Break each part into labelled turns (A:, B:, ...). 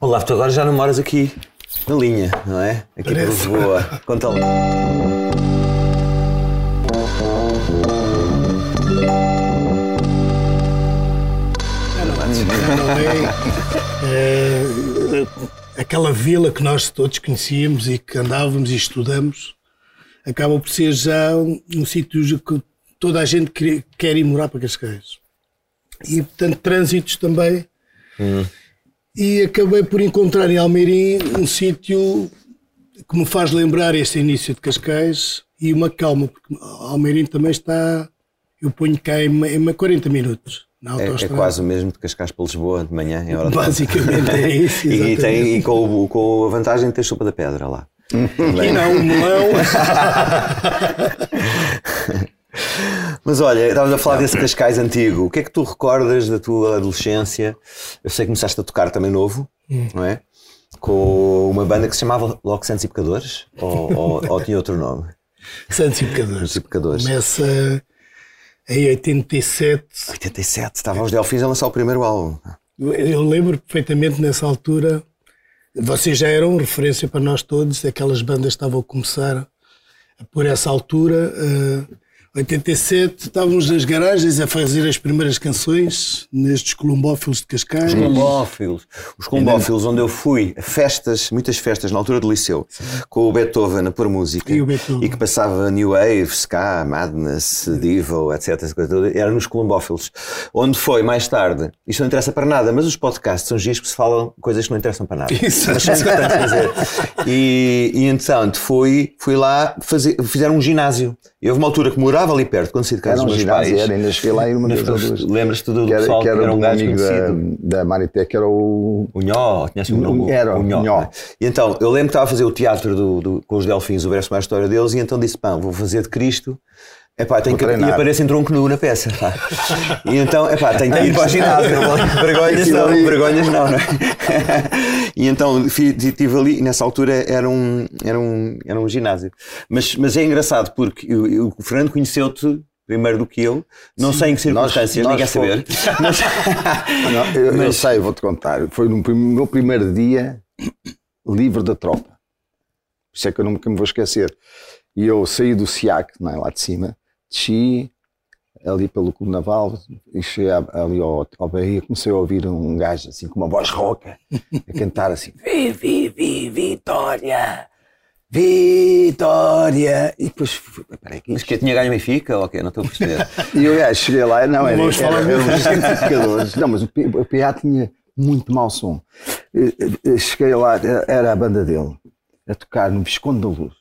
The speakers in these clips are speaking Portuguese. A: Olá, tu agora já não moras aqui na linha, não é? Aqui para
B: Parece.
A: Lisboa. Conta lá.
B: Também, eh, É, aquela vila que nós todos conhecíamos e que andávamos e estudamos acaba por ser já um, um sítio que toda a gente quer, quer ir morar para Cascais. E portanto, trânsitos também.
A: Hum.
B: E acabei por encontrar em Almeirim um sítio que me faz lembrar este início de Cascais e uma calma, porque Almeirim também está, eu ponho cá em, em 40 minutos na
A: É,
B: autoestrada.
A: é quase o mesmo de Cascais para Lisboa de manhã, em hora de almoço.
B: Basicamente é isso.
A: E,
B: exatamente.
A: tem, e com, o- com a vantagem de ter sopa da pedra lá.
B: E não, um o melão.
A: Mas olha, estávamos a falar desse Cascais antigo. O que é que tu recordas da tua adolescência? Eu sei que começaste a tocar também novo, não é? Com uma banda que se chamava Logo Santos e Pecadores? Ou, ou- ou tinha outro nome?
B: Santos e Pecadores.
A: Santos e Pecadores.
B: Começa em 87.
A: 87, estavam os Delfins a lançar o primeiro álbum.
B: Eu lembro perfeitamente nessa altura. Vocês já eram referência para nós todos. Aquelas bandas estavam a começar por essa altura. eh, 87, estávamos nas garagens a fazer as primeiras canções nestes colombófilos de Cascais.
A: Os Colombófilos. Os Colombófilos, onde eu fui a festas, muitas festas, na altura do liceu, com o Beethoven a pôr música.
B: E o Beethoven.
A: que passava New Wave, Ska, Madness, Divo, etc. essa coisa toda, Era nos Colombófilos. Onde foi, mais tarde, isto não interessa para nada, mas os podcasts são dias que se falam coisas que não interessam para nada.
B: Isso.
A: Mas são importantes fazer. E, e então, fui, fui lá, fazer, fizeram um ginásio. E houve uma altura que morava ali perto, quando saí de casa
C: Era um
A: dos meus
C: ginásio,
A: pais.
C: era, ainda cheguei lá e uma vez ou duas.
A: Lembras-te do
C: que era,
A: pessoal
C: que era
A: um
C: um
A: gajo
C: amigo
A: conhecido?
C: da, da Maritec, era o.
A: O Nhó, conhece o
C: O-
A: nome?
C: era,
A: o Nhó.
C: o Nhó.
A: né? E então, eu lembro que estava a fazer o teatro do, do- com os Delfins, o verso mais história deles, e então disse: pá, vou fazer de Cristo. Epá, tenho
C: Vou
A: que, e
C: treinar.
A: aparece em tronco nu na peça. pá. E então, epá, tenho que ir para o ginásio. não vou- vergonhas
C: Aquilo
A: não,
C: ali.
A: vergonhas não, não é? E então estive ali, e nessa altura era um, era um, era um ginásio. Mas, mas é engraçado porque eu- eu- o Fernando conheceu-te primeiro do que eu, não sei em que
C: Nós-
A: circunstâncias,
C: nós
A: ninguém quer saber. Mas-
C: Não, eu, eu sei, vou-te contar. Foi no prim- meu primeiro dia livre da tropa. Por isso é que eu nunca me vou esquecer. E eu saí do SIAC, não é, lá de cima, desci ali pelo Clube Naval, e cheguei a- ali ao, ao Bahia, comecei a ouvir um gajo assim com uma voz rouca a cantar assim: Vi, vi, vi, Vitória! Vitória! E depois, fui- peraí, que é
A: Mas que eu tinha ganho o Benfica? Ok, não estou a perceber.
C: E eu é, cheguei lá, não, era,
B: Vamos
C: era,
B: falar
C: era uns identificadores. Não, mas o P- o PA tinha muito mau som. Eh, eh, Cheguei lá, eh, era a banda dele, a tocar no Visconde da Luz,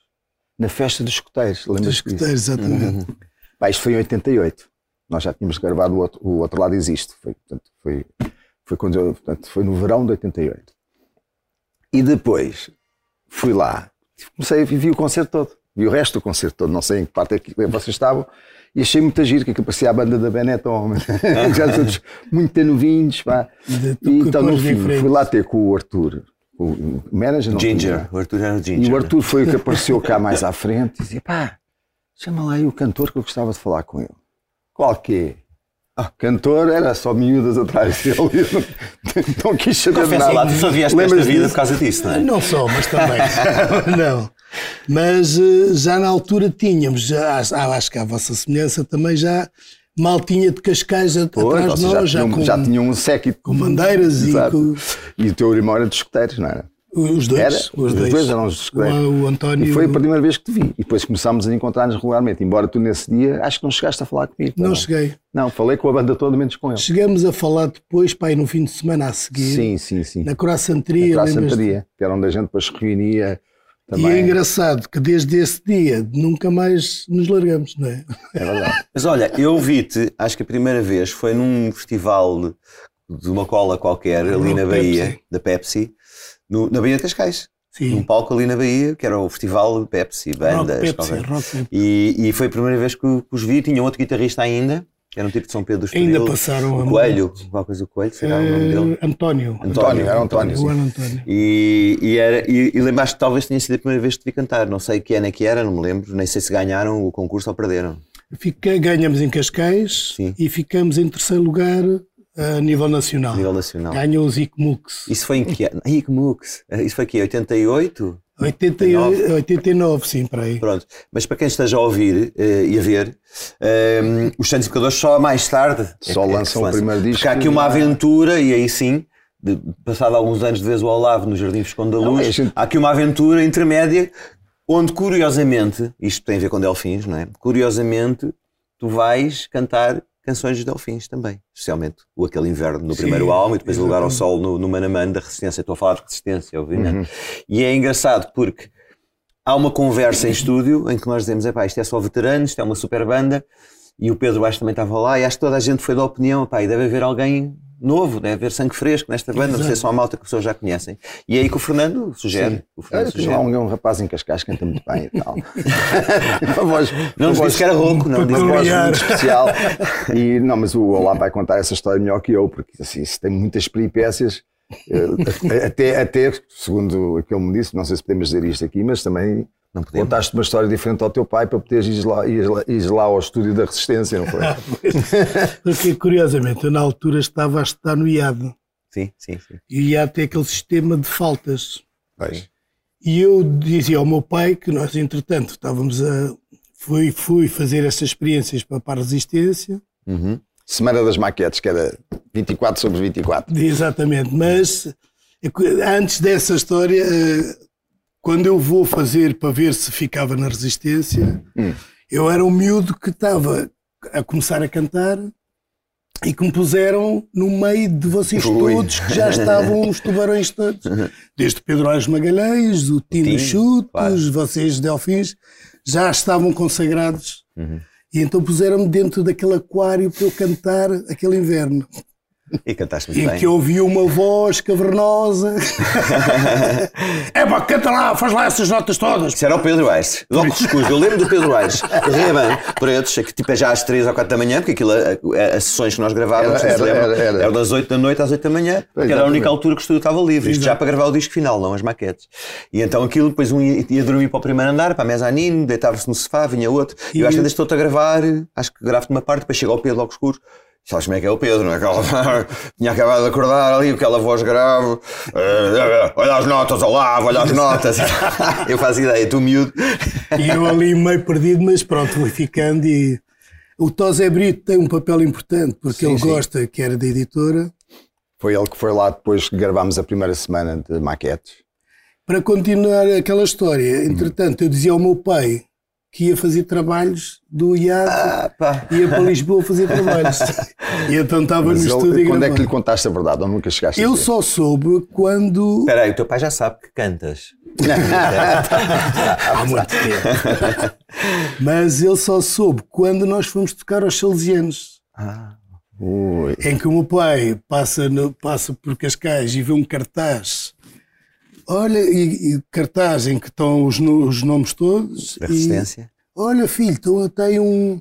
C: na festa dos escoteiros.
B: Dos
C: Lembras-te disso?
B: escuteiros,
C: Uhum.
B: exatamente.
C: Pá, isto foi em 88. Nós já tínhamos gravado o outro, o outro lado existe. Foi, portanto, foi, foi, quando eu- portanto, foi no verão de 88. E depois fui lá, comecei a vi o concerto todo. Vi o resto do concerto todo, não sei em que parte é que vocês estavam, e achei muito giro que aquilo parecia a banda da Benetton, já todos muito novinhos, pá.
B: De-
C: E então, no
B: cores
C: fim,
B: diferentes.
C: fui lá ter com o Arthur, o manager, não tinha.
A: Ginger, o Arthur era o Ginger. né?
C: E o Arthur foi o que apareceu cá mais à frente e dizia: pá, chama lá aí o cantor que eu gostava de falar com ele. Qual que é? Ah, cantor era só miúdas atrás dele. Eu Não, não quis saber de
A: Confessa lá,
C: nada.
A: tu só vieste para esta
C: Lembras-te
A: vida
C: disso?
A: por causa disso, não é?
B: Ah, Não só, mas também. não. Mas eh, já na altura tínhamos, já, acho- ah, acho que à vossa semelhança também já mal tinha de Cascais a-
C: Pois,
B: atrás de
C: vocês já,
B: nós, já,
C: tinham,
B: com
C: já tinham um séquito.
B: com bandeiras e
C: Exato.
B: com-
C: E o teu irmão era dos escoteiros, não era?
B: os dois.
C: Era?
B: os dois,
C: eram os escoteiros.
B: O, o António.
C: E foi a primeira vez que te vi. E depois começámos a encontrar-nos regularmente. Embora tu nesse dia, acho que não chegaste a falar comigo.
B: Não
C: não.
B: cheguei.
C: Não, falei com a banda toda, menos com ele.
B: Chegamos a falar depois, pai, no fim de semana a seguir.
C: Sim, sim, sim.
B: Na Croissanteria,
C: Para a
B: lembras-te?
C: Santaria, que era onde a gente depois se reunia também.
B: E é engraçado que desde esse dia nunca mais nos largamos, não é?
C: É verdade.
A: Mas olha, eu vi-te, acho que a primeira vez foi num festival de- de uma cola qualquer ali
B: Não,
A: na Bahia,
B: Pepsi.
A: da Pepsi, no- na Bahia de Cascais. Num
B: Sim.
A: palco ali na Bahia, que era o festival de Pepsi,
B: Rock
A: bandas.
B: Pepsi,
A: qualquer.
B: Rock Pepsi.
A: E, e foi a primeira vez que, o- que os vi. Tinha outro guitarrista ainda, que era um tipo de São Pedro do
B: Ainda
A: Estoril,
B: passaram
A: o
B: a-
A: Coelho, qualquer coisa do Coelho, será o nome dele.
B: Eh, António.
C: António, era o António.
B: O Ana António.
A: E, e, era, e, e lembraste que talvez tenha sido a primeira vez que te vi cantar. Não sei que ano é que era, não me lembro. Nem sei se ganharam o concurso ou perderam.
B: Fica- ganhamos em Cascais
A: Sim.
B: e ficamos em terceiro lugar eh, a nível nacional.
A: a nível nacional.
B: Ganhou os ICMUX.
A: Isso foi em que ano? Ih, que mux. Isso foi aqui, 88?
B: 88, 89, sim, para aí.
A: Pronto. Mas para quem esteja a ouvir eh, e a ver, ehm, os Santos Educadores só mais tarde é que-
C: Só
A: é que
C: lançam
A: se
C: o primeiro disco
A: Porque há aqui
C: e- é.
A: uma aventura, e aí sim, de- passado alguns anos de vez o Olavo no Jardim Visconde da Luz,
C: a gente-
A: há aqui uma aventura intermédia onde curiosamente, isto tem a ver com Delfins, não é? Curiosamente, tu vais cantar canções de Delfins também, especialmente o Aquele Inverno no
B: Sim,
A: primeiro álbum e depois o Lugar ao Sol
B: exatamente.
A: no, no Manaman da Resistência. Estou a falar de Resistência, obviamente.
C: Uhum.
A: E é engraçado porque há uma conversa em estúdio em que nós dizemos: "Epá, isto é só veteranos, isto é uma super banda. E o Pedro Baixo também estava lá, e acho que toda a gente foi da opinião: "Epá, e deve haver alguém novo, deve haver sangue fresco nesta banda, não sei se é só a malta que as pessoas já conhecem. E é aí que o Fernando sugere. O Fernando
C: Era que lá
A: sugere.
C: um, um rapaz em Cascais que canta muito bem e tal. Uma voz-
A: Não
C: uma
A: nos
C: voz-
A: disse que era rouco, não.
C: uma
A: Disse
C: voz
B: Peculiar.
C: muito especial. E, não, mas o Olá vai contar essa história melhor que eu, porque assim, isso tem muitas peripécias. eh, Até, até, segundo aquele me disse, não sei se podemos dizer isto aqui, mas também
A: Não podemos.
C: contaste uma história diferente ao teu pai para poderes ir lá, ir lá, ir lá ao estúdio da Resistência, não foi?
B: Porque, curiosamente, eu na altura estava a estudar no IAD.
A: Sim, sim, sim.
B: E o IAD tem aquele sistema de faltas.
C: Pois.
B: E eu dizia ao meu pai que nós, entretanto, estávamos a. Fui, fui fazer essas experiências para, para a Resistência.
A: Uhum.
C: Semana das Maquetes, que era 24 sobre 24.
B: Exatamente, mas é que antes dessa história, eh, quando eu vou fazer para ver se ficava na resistência,
A: Hum.
B: eu era um miúdo que estava a começar a cantar e que me puseram no meio de vocês
A: Ui.
B: todos, que já estavam os tubarões todos, desde Pedro Alves Magalhães, o Tino,
A: Uhum. Tino,
B: Chutos,
A: claro.
B: vocês Delfins, já estavam consagrados.
A: Uhum.
B: E então puseram-me dentro daquele aquário para eu cantar aquele inverno.
A: E cantaste muito
B: E
A: bem.
B: que eu ouvi uma voz cavernosa. é pá, canta lá, faz lá essas notas todas.
A: Isso era o Pedro Aires, de óculos escuros. Eu lembro do Pedro Aires, Reban, pretos, é que tipo é já às 3 ou 4 da manhã, porque aquilo, a- a- as sessões que nós gravávamos,
C: Era-
A: não se
C: era-
A: lembra,
C: era- era.
A: eram das 8 da noite às 8 da manhã, porque era a
C: Exatamente.
A: única altura que o estúdio estava livre. Isto já para gravar o disco final, não as maquetes. E então aquilo, depois um ia, ia dormir para o primeiro andar, para a mezanine, deitava-se no sofá, vinha outro. E eu acho que ainda estou-te a gravar, acho que gravo-te uma parte, depois chega ao Pedro, óculos escuros. Sabes como é que é o Pedro, não é? Aquela... Tinha acabado de acordar ali, aquela voz grave. eh, Olha as notas, olá, olha as notas. Eu faço ideia, tu miúdo.
B: E eu ali meio perdido, mas pronto, fui ficando. E o Tosé Brito tem um papel importante, porque ele gosta, que era da editora.
C: Foi ele que foi lá depois que gravámos a primeira semana de Maquetes.
B: Para continuar aquela história, entretanto, eu dizia ao meu pai que ia fazer trabalhos do IAD.
A: Ah, pá.
B: Ia para Lisboa fazer trabalhos. e então estava no
C: Mas ele-
B: estúdio a
C: quando é que
B: gravar.
C: lhe contaste a verdade? Ou nunca chegaste a
B: Eu
C: dizer?
B: só soube quando
A: Espera aí, o teu pai já sabe que cantas.
B: Há muito tempo. Mas ele só soube quando nós fomos tocar aos Salesianos,
C: Ui.
B: em que o meu pai passa, no- passa por Cascais e vê um cartaz. Olha, e, e cartaz em que estão os, no- os nomes todos.
A: Da
B: e,
A: resistência.
B: Olha, filho, então tem um,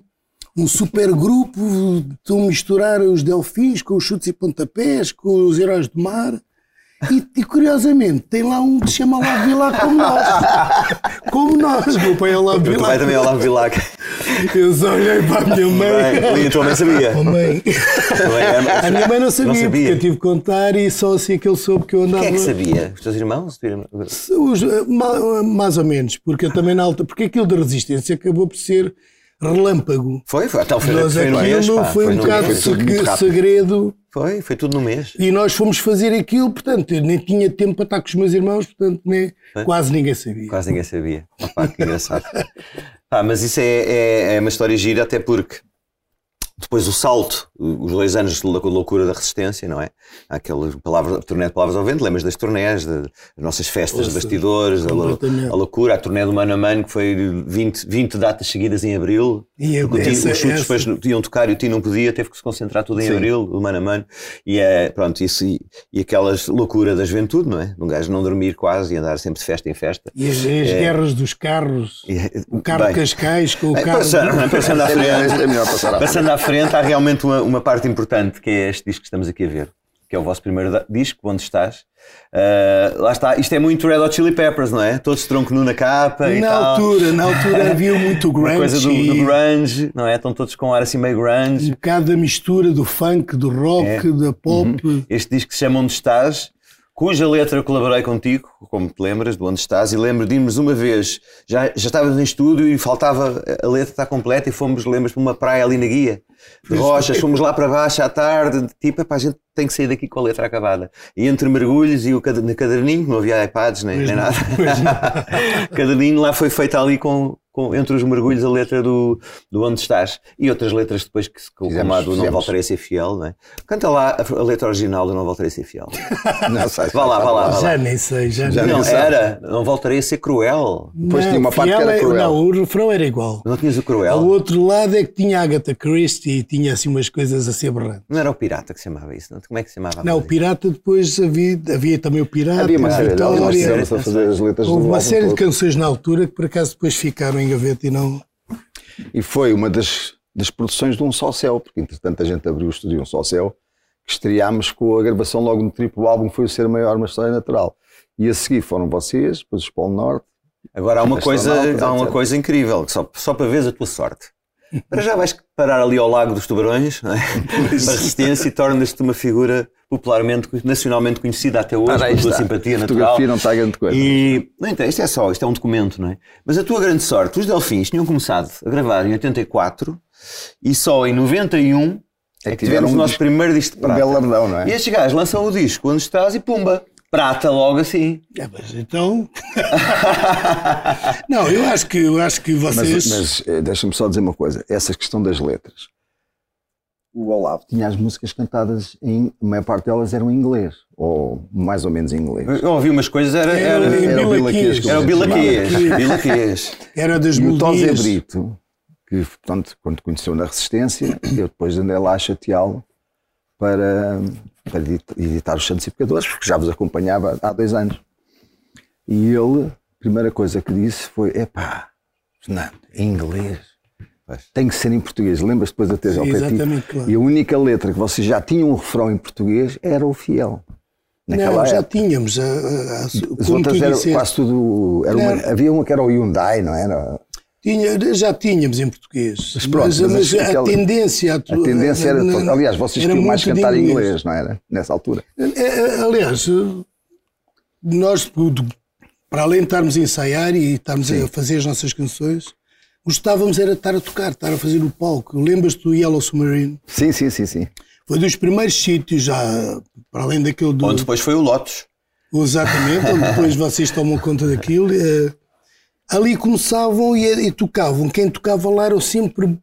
B: um super grupo. Estão a misturar os delfins com os chutes e pontapés, com os heróis do mar. E, e, curiosamente, tem lá um que se chama lá Vilar como nós. Como nós, meu pai é lá
A: O teu pai
B: Vilar.
A: também é Olavo Vilac.
B: Eu só olhei para a minha mãe.
A: E a tua mãe sabia.
B: Oh, mãe.
A: Também
B: A
A: é-
B: minha mãe não sabia,
A: Não sabia.
B: porque eu tive que contar e só assim que ele soube que eu andava.
A: Quem é que sabia? Os teus irmãos? Os teus irmãos?
B: Os, eh, ma- mais ou menos, porque eu também na alta, porque aquilo de resistência acabou por ser relâmpago.
A: Foi, foi. Então foi,
B: Nós
A: foi no mês.
B: aquilo
A: Pá,
B: foi um
A: no
B: bocado
A: mês.
C: tudo muito
B: seg-
C: rápido.
B: segredo
A: Foi, foi tudo no mês.
B: e nós fomos fazer aquilo, portanto, eu nem tinha tempo para estar com os meus irmãos, portanto, nem, quase ninguém sabia.
A: Quase ninguém sabia. Opa, que engraçado. Pá, mas isso é, é- é uma história gira, até porque depois o salto, os dois anos da loucura da resistência, não é? Aquelas palavras, turnê de palavras ao vento, lembras das turnés, de- das nossas festas de
B: Ouça,
A: bastidores, a, lou-
B: completamente.
A: a loucura, a turnê do Mano a Mano, que foi 20, 20 datas seguidas em abril,
B: E eu,
A: Porque o Tino-
B: essa-
A: os chutes
B: essa-
A: depois não- iam tocar e o Tino não podia, teve que se concentrar tudo em abril, do mano a mano. E é, pronto, isso e, e aquelas loucura da juventude, não é? De um gajo não dormir quase e andar sempre de festa em festa.
B: e as, as guerras dos carros,
A: É. E- é- eh,
B: o carro
A: bem,
B: de Cascais com o
A: bem,
B: carro.
A: Passando, passando à
C: É melhor,
A: frente,
C: é melhor passar à frente.
A: passando à frente, há realmente uma, uma parte importante que é este disco que estamos aqui a ver. que é o vosso primeiro da- disco, onde estás. Ah, lá está, isto é muito Red Hot Chili Peppers, não é? Todos de tronco nu na capa e
B: na
A: tal.
B: altura, na altura havia muito
A: Uma
B: grunge
A: coisa do,
B: e
A: do grunge, não é? Estão todos com ar assim meio grunge.
B: um bocado da mistura do funk, do
C: É.
B: rock, da pop.
C: Uhum.
A: Este disco se chama Onde Estás, cuja letra eu colaborei contigo, como te lembras, do Onde Estás, e lembro de irmos uma vez, já, já estavas em estúdio e faltava a letra estar completa e fomos, lembras, para uma praia ali na guia, de rochas, fomos lá para baixo à tarde, tipo, epá, a gente tem que sair daqui com a letra acabada. E entre mergulhos e o cade- caderninho, que não havia iPads nem, nem nada, caderninho lá foi feita ali com... com- Entre os mergulhos, a letra do, do Onde Estás e outras letras depois que, se- como
C: Fizemos,
A: a do Não
C: fizemos.
A: Voltarei a Ser Fiel, não é? Canta lá a, a letra original do Não Voltarei a Ser Fiel.
C: Não sei.
A: Vá lá, vá lá, vá lá.
B: Ah, Já nem sei, já,
C: Já
B: nem
A: não,
C: nem sei.
A: era. Não voltarei a ser cruel.
C: Depois tinha uma parte que
B: fiel
C: era
B: é-
C: cruel.
B: Não, o refrão era igual.
A: Não tinhas o
B: Ao
A: cruel.
B: outro lado é que tinha Agatha Christie e tinha assim umas coisas a ser berrante.
A: Não era o pirata que se chamava isso, não? Como é que se chamava? a
B: Não, o
A: música?
B: Pirata depois havia, havia também o Pirata,
C: Ah, Havia uma
B: a
C: série de
B: Vitória.
C: nós tivemos a
A: Vitória.
C: fazer as letras
B: Houve
C: do
B: uma
C: álbum
B: série de
C: todo.
B: canções na altura que por acaso depois ficaram em gaveta e não.
C: E foi uma das, das produções de Um Só Céu, porque entretanto a gente abriu o estúdio Um Só Céu, que estreámos com a gravação logo no triplo álbum, que foi o Ser Maior, uma História Natural. E a seguir foram vocês, depois os Polo Norte.
A: Agora há uma coisa,
C: Astronautas,
A: há uma
C: etc.
A: coisa incrível, que só, só para veres a tua sorte. Para já vais parar ali ao Lago dos Tubarões, não é? para resistência, e tornas-te uma figura popularmente, nacionalmente conhecida até hoje,
C: Ora, Ah, aí
A: pela tua
C: está.
A: simpatia
C: a
A: natural.
C: fotografia não está grande coisa.
A: E, no entanto, isto é só, isto é um documento, não é? Mas a tua grande sorte, os Delfins tinham começado a gravar em 84 e só em 91 é que tivemos o nosso
C: disco-
A: primeiro disco de
C: um
A: prata.
C: belo lardão, não é?
A: E estes gajos lançam o disco onde estás e pumba, prata logo assim.
B: É, mas então. não, eu acho que, eu acho que vocês.
C: Mas, mas, eh, deixa-me só dizer uma coisa: essa questão das letras. O Olavo tinha as músicas cantadas, em, a maior parte delas eram em inglês, ou mais ou menos em inglês.
A: Eu ouvi umas coisas, era,
B: Era,
A: era, era,
C: o Bill
B: Bilaquias.
C: Aquiles, como
A: o
C: Bill
A: Bilaquias. Bilaquias.
B: Era das
C: E o Tose
B: melodias.
C: Brito, que portanto, quando conheceu na Resistência, eu depois andei lá a chateá-lo para, para edit- editar os Santos e Pecadores, porque já vos acompanhava há dois anos. E ele, a primeira coisa que disse foi: epá, Fernando, em inglês. Tem que ser em português. Lembras depois da teja ao
B: Sim,
C: pé de ti?
B: exatamente, claro.
C: E a única letra que vocês já tinham um refrão em português era o fiel. Naquela
B: Não, já
C: época.
B: tínhamos. a- a- a-
C: As
B: como tu
C: outras eram
B: disseste,
C: quase tudo. era uma-
B: Não.
C: havia uma que era o Hyundai, não era?
B: tinha- já tínhamos em português. Mas,
C: pronto, mas
B: mas
C: acho que
B: a
C: aquela-
B: tendência. A,
C: A
B: é,
C: tendência era. to- aliás, vocês queriam mais cantar em inglês, não era? Nessa altura.
B: É, é, Aliás, eh, nós, o de- para além de estarmos a ensaiar e estarmos a fazer as nossas canções, gostávamos era de estar a tocar, estar a fazer o palco. Lembras-te do Yellow Submarine?
C: Sim, sim, sim, sim.
B: Foi dos primeiros sítios, já, para além daquele do.
A: Onde depois foi o Lotus.
B: Exatamente, onde depois vocês tomam conta daquilo. eh, ali começavam e, e tocavam. Quem tocava lá eram sempre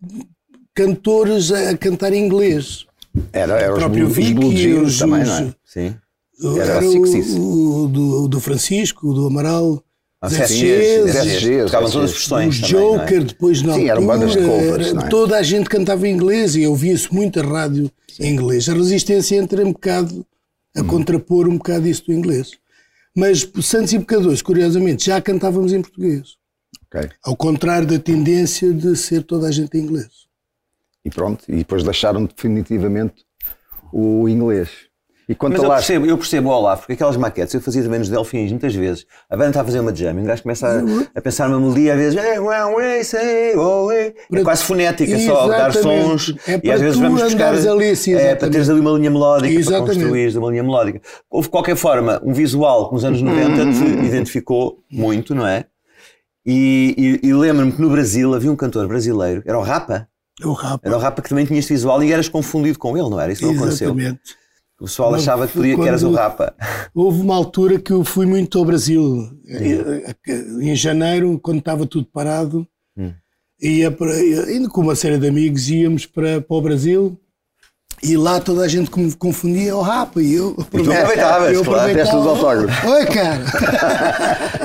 B: cantores a, a cantar em inglês.
C: Era, era
B: O
C: os,
B: próprio
C: Blue- os
B: Vicky,
C: Blue Jeans
B: os-
C: também,
B: os-
C: não é?
A: Sim.
C: Era
B: Era
C: Six Six. Ah,
B: o, o do, do Francisco, o do Amaral, os SGs,
C: SGs,
A: Tocavam todas as versões.
C: SGs.
B: os
A: também, não é?
B: Joker, depois na
C: Sim, eram
B: altura,
C: bandas de covers,
B: era-
C: não é?
B: toda a gente cantava em inglês e ouvia-se muito a rádio em inglês. A resistência entra um bocado a
C: Hum.
B: contrapor um bocado isso do inglês. Mas Santos e Pecadores, curiosamente, já cantávamos em português.
C: Ok.
B: Ao contrário da tendência de ser toda a gente em inglês.
C: E pronto, e depois deixaram definitivamente o inglês. E quanto
A: Mas
C: a
A: eu
C: lá.
A: percebo, eu percebo o Olaf, porque aquelas maquetes eu fazia também nos Delfins, muitas vezes. A banda está a fazer uma jam e um gajo começa
B: Uhum.
A: a, a pensar numa melodia, às vezes, "Eh, "Hey, well, we say, oh, we." é
B: Para-
A: quase fonética, só dar
B: Exatamente.
A: sons.
B: É
A: e
B: para
A: às vezes
B: tu
A: vamos buscar.
B: andares ali, sim,
A: é, para
B: exatamente.
A: teres ali uma linha melódica,
B: Exatamente.
A: para construir uma linha melódica. Houve, de qualquer forma, um visual que nos anos 90 te identificou muito, não é? E, e- e lembro-me que no Brasil havia um cantor brasileiro, era o Rapa,
B: É o rap.
A: era o Rapa que também tinha este visual e eras confundido com ele, não era? Isso não aconteceu.
B: Exatamente.
A: O pessoal
B: Mas
A: achava que, podia, que
B: quando-
A: eras o Rapa.
B: Houve uma altura que eu fui muito ao Brasil. Em janeiro, quando estava tudo parado, ia para, indo com uma série de amigos, íamos para, para o Brasil e lá toda a gente me confundia o Rapa e eu
A: aproveitavas,
B: eu
A: claro,
B: aproveitava.
C: testa um dos autógrafos.
B: Oi, cara!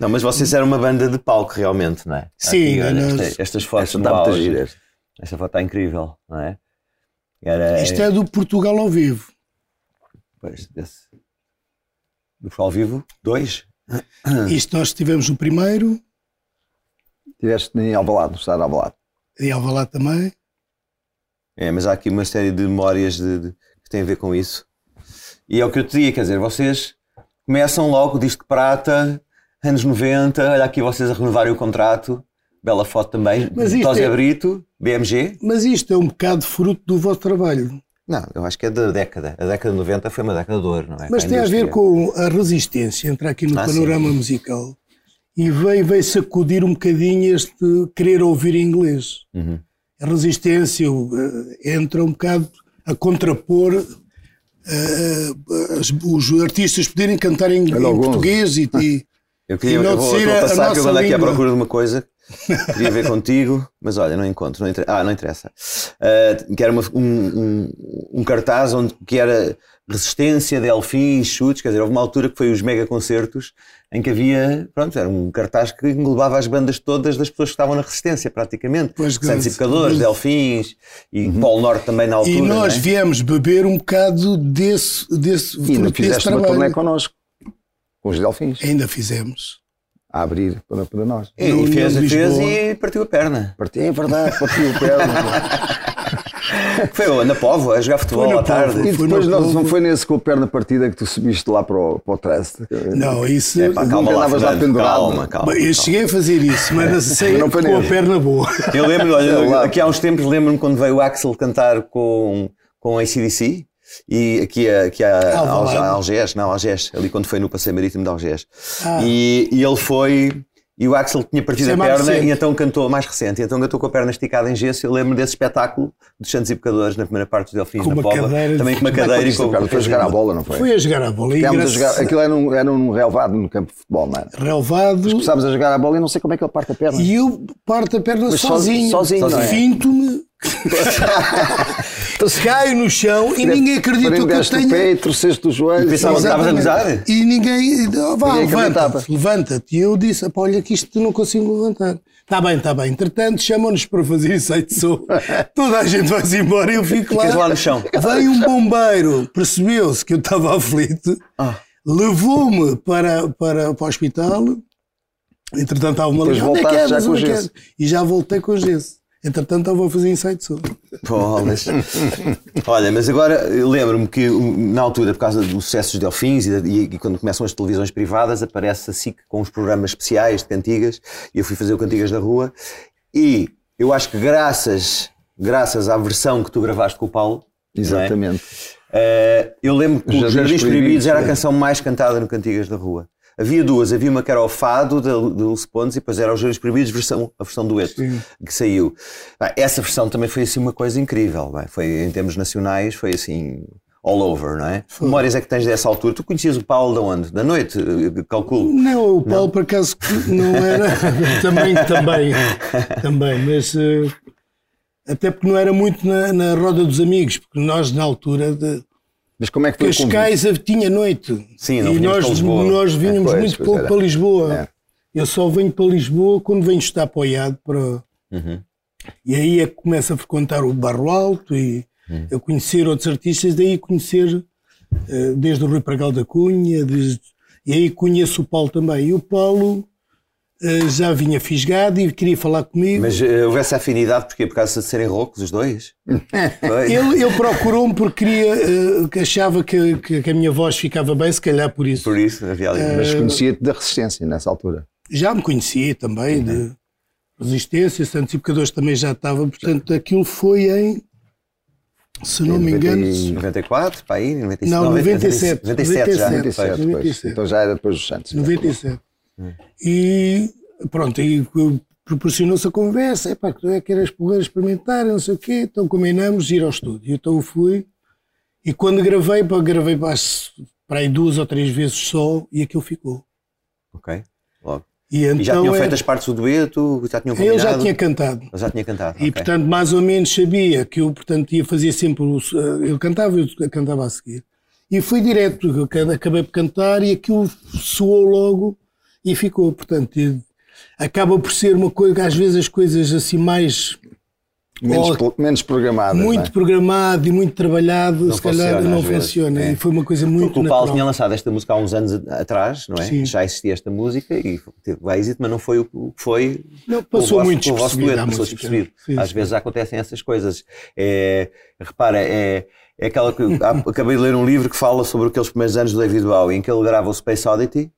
A: Não, mas vocês eram uma banda de palco realmente, não é?
B: Sim,
A: olha,
B: nós-
A: esta- estas fotos
C: Esta
A: no
C: está muito
A: auge.
C: gira, esta.
A: Esta foto está incrível, não é? Era
B: Isto é do Portugal ao vivo.
A: pois, desse- do Futebol ao Vivo, dois.
B: Isto nós tivemos o primeiro,
C: Tiveste em Alvalade, no estado de Alvalade.
B: e ao lá também.
A: É, mas há aqui uma série de memórias de- de- que têm a ver com isso. E é o que eu te digo, quer dizer, vocês começam logo, disco de prata, anos 90, olha aqui vocês a renovarem o contrato, bela foto também,
B: Mas isto
A: Tosé
B: é-
A: Brito, BMG.
B: Mas isto é um bocado fruto do vosso trabalho.
A: Não, eu acho que é da década. A década de 90 foi uma década de ouro, não é?
B: Mas
A: Para
B: tem a
A: indústria.
B: ver com a resistência, entrar aqui no
A: Ah,
B: panorama musical e veio, veio sacudir um bocadinho este querer ouvir inglês. A resistência o, eh, entra um bocado a contrapor eh, as- os artistas poderem cantar em,
C: Olha
B: em
C: o Gonzo.
B: português e, e
A: Eu queria
B: E não
A: eu vou,
B: descer
A: estou a
B: a- a
A: passar que eu
B: nossa
A: ando aqui à
B: língua.
A: procura de uma coisa. Queria ver contigo, mas olha, não encontro. Não inter- Ah, não interessa. Ah, que era uma- um, um- um cartaz onde que era resistência, delfins, chutes. Quer dizer, houve uma altura que foi os mega concertos em que havia, pronto, era um cartaz que englobava as bandas todas das pessoas que estavam na resistência, praticamente.
B: Pois,
A: Santos e
B: grande. Uhum.
A: Pecadores, Delfins e Polo Norte também na altura.
B: e nós
A: não é?
B: viemos beber um bocado desse, desse
C: E ainda
B: fruto desse
C: fizeste uma turnê
B: trabalho.
C: connosco, com os Delfins,
B: Ainda fizemos.
C: a abrir para, para nós.
A: E,
B: na
A: e fez,
B: União de
A: fez
B: Lisboa.
A: e partiu a perna.
C: Parti, é verdade, parti o pé.
A: Foi na Póvoa, a jogar futebol
B: na
A: à tarde.
B: Póvoa.
C: E
B: Foi
C: depois
B: no
C: nós,
B: clube.
C: não foi nesse com o pé na partida que tu subiste lá para o, para o trânsito?
B: Não, isso.
A: É, pá, calma
C: Nunca
A: lá,
C: andavas lá
A: Fernando,
C: pendurado.
A: calma, calma.
B: eu cheguei a fazer isso, mas sei
C: Não foi
B: com
C: nele.
B: a perna boa.
A: Eu lembro,
C: Sei
A: olha,
C: lá.
A: aqui há uns tempos lembro-me quando veio o Axel cantar com, com a ACDC e aqui a, aqui a,
B: Alvalade.
A: a Algés, não, Algés, ali quando foi no passeio marítimo de Algés.
B: Ah.
A: E, e ele foi. E o Axel tinha partido
B: Isso é
A: a
B: mais
A: perna e
B: recente.
A: então cantou, mais recente, e então cantou com a perna esticada em gesso. Eu lembro desse espetáculo dos Santos e Pecadores na primeira parte dos Delfins
B: Com
A: na
B: uma
A: Póvoa.
B: cadeira de-
A: Também com uma
B: Como é que
A: cadeira e
C: Isto,
A: com.
C: cara, foi jogar à bola, não foi?
B: Foi a jogar a bola. e
C: Ficámos a
B: engraçado-
C: jogar- aquilo era um, era um relvado no campo de futebol, não era?
B: relvado
C: Começámos a jogar a bola e não sei como é que ele parte a perna.
B: e eu parto a perna
C: Mas
B: sozinho.
C: sozinho, sozinho, não é?
B: Finto-me, Então, caio no chão e ninguém acredita que eu
C: Prendeste um o
B: tenho.
C: pé e torceste o joelho.
A: Pensava que estavas a
B: Exatamente.
A: gozar?
B: E ninguém. oh, Vá,
C: Ninguém acreditava.
B: levanta-te, levanta-te. E eu disse: "Epá, olha, que isto não consigo levantar. Está bem, está bem. Entretanto, chamam-nos para fazer isso aí de som. Toda a gente vai-se embora e eu fico
A: Ficas lá no chão.
B: Veio um bombeiro, percebeu-se que eu estava aflito,
C: Ah.
B: levou-me para, para, para o hospital. Entretanto, estava uma
C: Depois
B: ligação, "Onde é que
C: voltaste
B: andas?
C: já com
B: Onde é que
C: gesso."
B: andas?" E já voltei com gesso. Entretanto, estava a fazer inside soul.
A: Bolas. Olha, mas agora eu lembro-me que um, na altura, por causa do sucesso dos Delfins e, da- e- e quando começam as televisões privadas, aparece a SIC com os programas especiais de cantigas e eu fui fazer o Cantigas da Rua e eu acho que graças, graças à versão que tu gravaste com o Paulo, não é?
C: Exatamente.
A: Eh, eu lembro que os
C: Jardins
A: Jardins Proibidos né?
C: Proibidos,
A: era a
C: é.
A: canção mais cantada no Cantigas da Rua. Havia duas, havia uma que era o Fado da da Dulce Pontes e depois era os Jardins Proibidos, versão, a versão dueto que saiu. Bem, essa versão também foi assim uma coisa incrível, bem, foi em termos nacionais, foi assim all over, não é? Que Memórias é que tens dessa altura. Tu conhecias o Paulo da onde? Da noite, eh, calculo.
B: Não, o Paulo por acaso não era. também, também. Também, mas. eh, até porque não era muito na, na roda dos amigos, porque nós, na altura, de,
C: Mas como é que foi o convite?
B: Cascais tinha noite.
A: Sim, não
B: e
A: vinhamos
B: nós,
A: para Lisboa.
B: nós vinhamos
C: É, Pois,
B: muito
C: pois
B: pouco
C: era.
B: para Lisboa.
C: É.
B: Eu só venho para Lisboa quando venho estar apoiado para.
C: Uhum.
B: E aí é que começo a frequentar o Barro Alto e
C: Uhum.
B: a conhecer outros artistas, daí conhecer eh, desde o Rui Pragal da Cunha, desde- e aí conheço o Paulo também. E o Paulo eh, já vinha fisgado e queria falar comigo.
A: Mas eh, houve essa afinidade porque por causa de serem roucos os dois? Foi.
B: Ele, ele procurou-me porque queria, eh, que achava que, que- que a minha voz ficava bem, se calhar por isso.
A: Por isso havia
B: Eh,
A: ali.
C: Mas conhecia-te da resistência nessa altura.
B: já me conhecia também
A: né?
B: de Resistência, Santos e Pecadores também já estava, portanto aquilo foi em, se não me engano,
C: 90 e-
A: 94, para aí, 95,
B: Não,
A: 97, 97
B: 97,
A: já.
B: 97.
C: 97, pois.
B: 97.
C: Então já era depois dos Santos.
B: 97.
A: É.
B: E pronto, aí proporcionou-se a conversa, epá, que tu é que eras porreiro experimentar, não sei o quê, então combinamos ir ao estúdio. Então eu fui e quando gravei, pá, gravei pá, para aí duas ou três vezes só e aquilo ficou.
A: Ok, logo.
B: E,
A: E
B: então
A: já tinham
B: é-
A: feito as partes do dueto, já tinham
B: ele
A: combinado?
B: já tinha cantado.
A: Ele já tinha cantado,
B: E
A: ok.
B: portanto, mais ou menos sabia que eu, portanto, ia fazer sempre o. Eu cantava, eu cantava a seguir. E fui direto, eu ca- acabei por cantar e aquilo soou logo e ficou. Portanto, e acaba por ser uma coisa que às vezes as coisas assim mais
C: Menos,
B: Ou-
C: pro- menos programada.
B: muito
C: não é?
B: programado e muito trabalhado, se calhar
A: funciona
B: não
A: às vezes,
B: funciona.
A: é.
B: E foi uma coisa muito
A: Porque o Paulo
B: natural.
A: tinha lançado esta música há uns anos a- atrás, não é?
B: Sim.
A: Já existia esta música e teve êxito, mas não foi o que o que foi.
B: Não, passou
A: um o vosso,
B: muito
A: o vosso
B: despercebido
A: dueto,
B: à
A: passou
B: música.
A: despercebido.
B: Sim,
A: Às
B: sim.
A: vezes acontecem essas coisas. É, repara, é, é aquela que. há- acabei de ler um livro que fala sobre aqueles primeiros anos do David Bowie, em que ele grava o Space Oddity.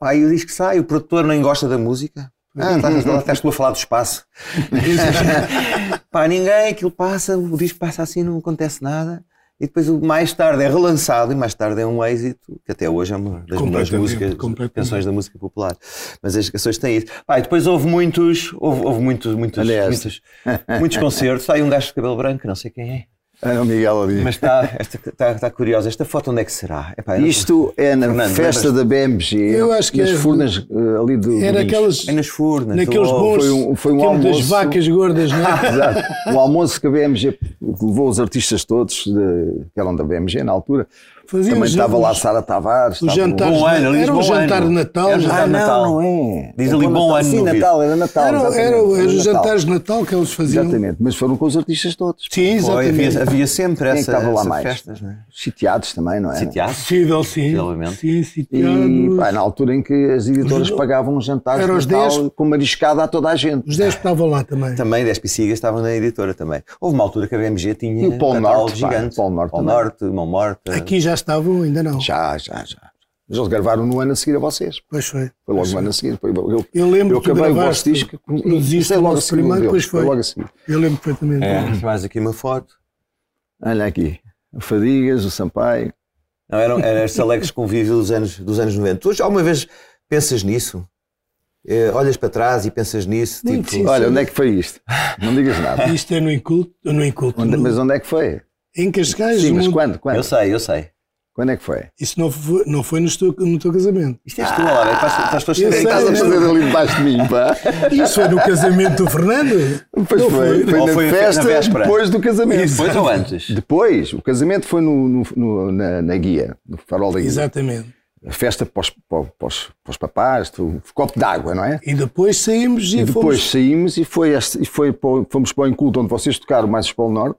A: Aí o disco sai, o produtor nem gosta da música. Ah, estás, estás tu a falar do espaço. Pá, ninguém, aquilo passa, o disco passa assim, não acontece nada. E depois o mais tarde é relançado e mais tarde é um êxito, que até hoje é uma das melhores
B: Completamente,
A: músicas,
B: completamente.
A: canções da música popular. Mas as canções têm isso. Pá, e depois houve muitos, houve, houve muitos, muitos,
C: Olha esta.
A: muitos, muitos concertos. Está aí um gajo de cabelo branco, não sei quem é.
C: Era o Miguel ali.
A: Mas está, esta, está, está curiosa. Esta foto onde é que será? Epá, eu não-
C: Isto é na
A: Fernando,
C: festa da BMG.
B: Eu acho que
C: Nas
B: é-
C: furnas eh, ali do. do
B: Era
C: Guincho.
B: aquelas,
A: É nas furnas.
B: naqueles
A: oh,
B: bons
C: foi um- foi um
B: tempo das
C: almoço.
B: vacas gordas, não é?
C: Exato. O almoço que a BMG levou os artistas todos, de- que eram da BMG na altura.
B: Fazíamos
C: Também estava
B: os-
C: lá a Sara Tavares.
B: Os
C: estava
B: jantares,
A: bom ano, ali diz
B: era um
A: bom
B: jantar
A: ano.
B: de Natal,
A: Era um jantar
C: Ah,
A: de
C: não,
A: Natal.
C: não é.
A: Diz
C: É
A: ali,
C: para
A: bom
C: Natal.
A: ano
C: Sim,
A: no
C: Natal, era Natal.
B: Era,
C: exatamente,
B: era,
C: era
B: os
C: Natal.
B: jantares de Natal que eles faziam.
C: Exatamente, mas foram com os artistas todos.
B: Sim,
A: Foi,
B: exatamente.
A: havia, havia sempre
C: Quem é que
A: essa,
C: estava lá
A: essas
C: mais?
A: festas, não é?
C: Sitiados também, não é?
A: Sitiados?
B: Possível, sim.
A: Possivelmente.
B: Sim,
C: E
B: sitiados.
C: pá, na altura em que as editoras pagavam os jantares
B: Era
C: de
B: os
C: Natal
B: 10.
C: com mariscada a toda a gente.
B: Os 10 estavam lá também.
A: Também, 10 Picigas estavam na editora também. Houve uma altura que a BMG tinha
C: E o Polo
A: um catálogo
C: Norte, pá,
A: gigante.
C: Polo Norte também.
A: Norte, Mão Morta.
B: Aqui já estavam, ainda não.
C: é. Já, já, já. Mas eles gravaram no ano a seguir a vocês.
B: Pois foi.
C: Foi logo no ano a seguir. Foi, eu,
B: Eu lembro
C: eu
B: que tu
C: acabei o vosso
B: gravaste,
C: disco.
B: produziste
C: é
B: o
C: logo a
B: nosso
C: seguir.
B: primeiro,
C: dele,
B: pois foi.
C: logo assim. a seguir.
B: Eu lembro perfeitamente.
C: É.
A: Tem Mais aqui uma foto.
C: Olha aqui. O Fadigas, o Sampaio.
A: Não, eram, eram estes alegres convívios dos anos, dos anos 90. Hoje, alguma vez pensas nisso? Eh, olhas para trás e pensas nisso?
B: Muito
A: tipo,
B: sim.
C: Olha, onde é que foi isto? Não digas nada.
B: Isto é no inculto, no inculto.
C: Onde-
B: no-
C: mas onde é que foi?
B: em Cascais,
C: Sim,
B: no
C: mas
B: mundo-
C: quando?
A: "Ah, eu
C: Quando,
A: sei, eu sei.
C: quando é que foi?
B: isso não foi, não foi no, teu, no teu casamento.
A: Isto és tu, Olavo, é para as tuas
B: Eu
C: O que
A: cenas.
B: sei.
C: estás a fazer ali debaixo de mim, pá?
B: Isso foi no casamento do Fernando?
C: Pois
B: Não
C: foi.
B: foi.
C: Foi
A: Ou
C: na
A: foi na
C: festa
A: véspera.
C: depois do casamento.
A: Depois ou antes?
C: Depois, o casamento foi no, no- no- na, na guia, no farol da guia.
B: Exatamente.
C: A festa para os, para, para os- para os papás, tu- copo d'água, não é?
B: E depois saímos e,
C: E depois
B: fomos.
C: saímos e, foi este- e foi para o- fomos para o Inculto, onde vocês tocaram mais o Polo Norte.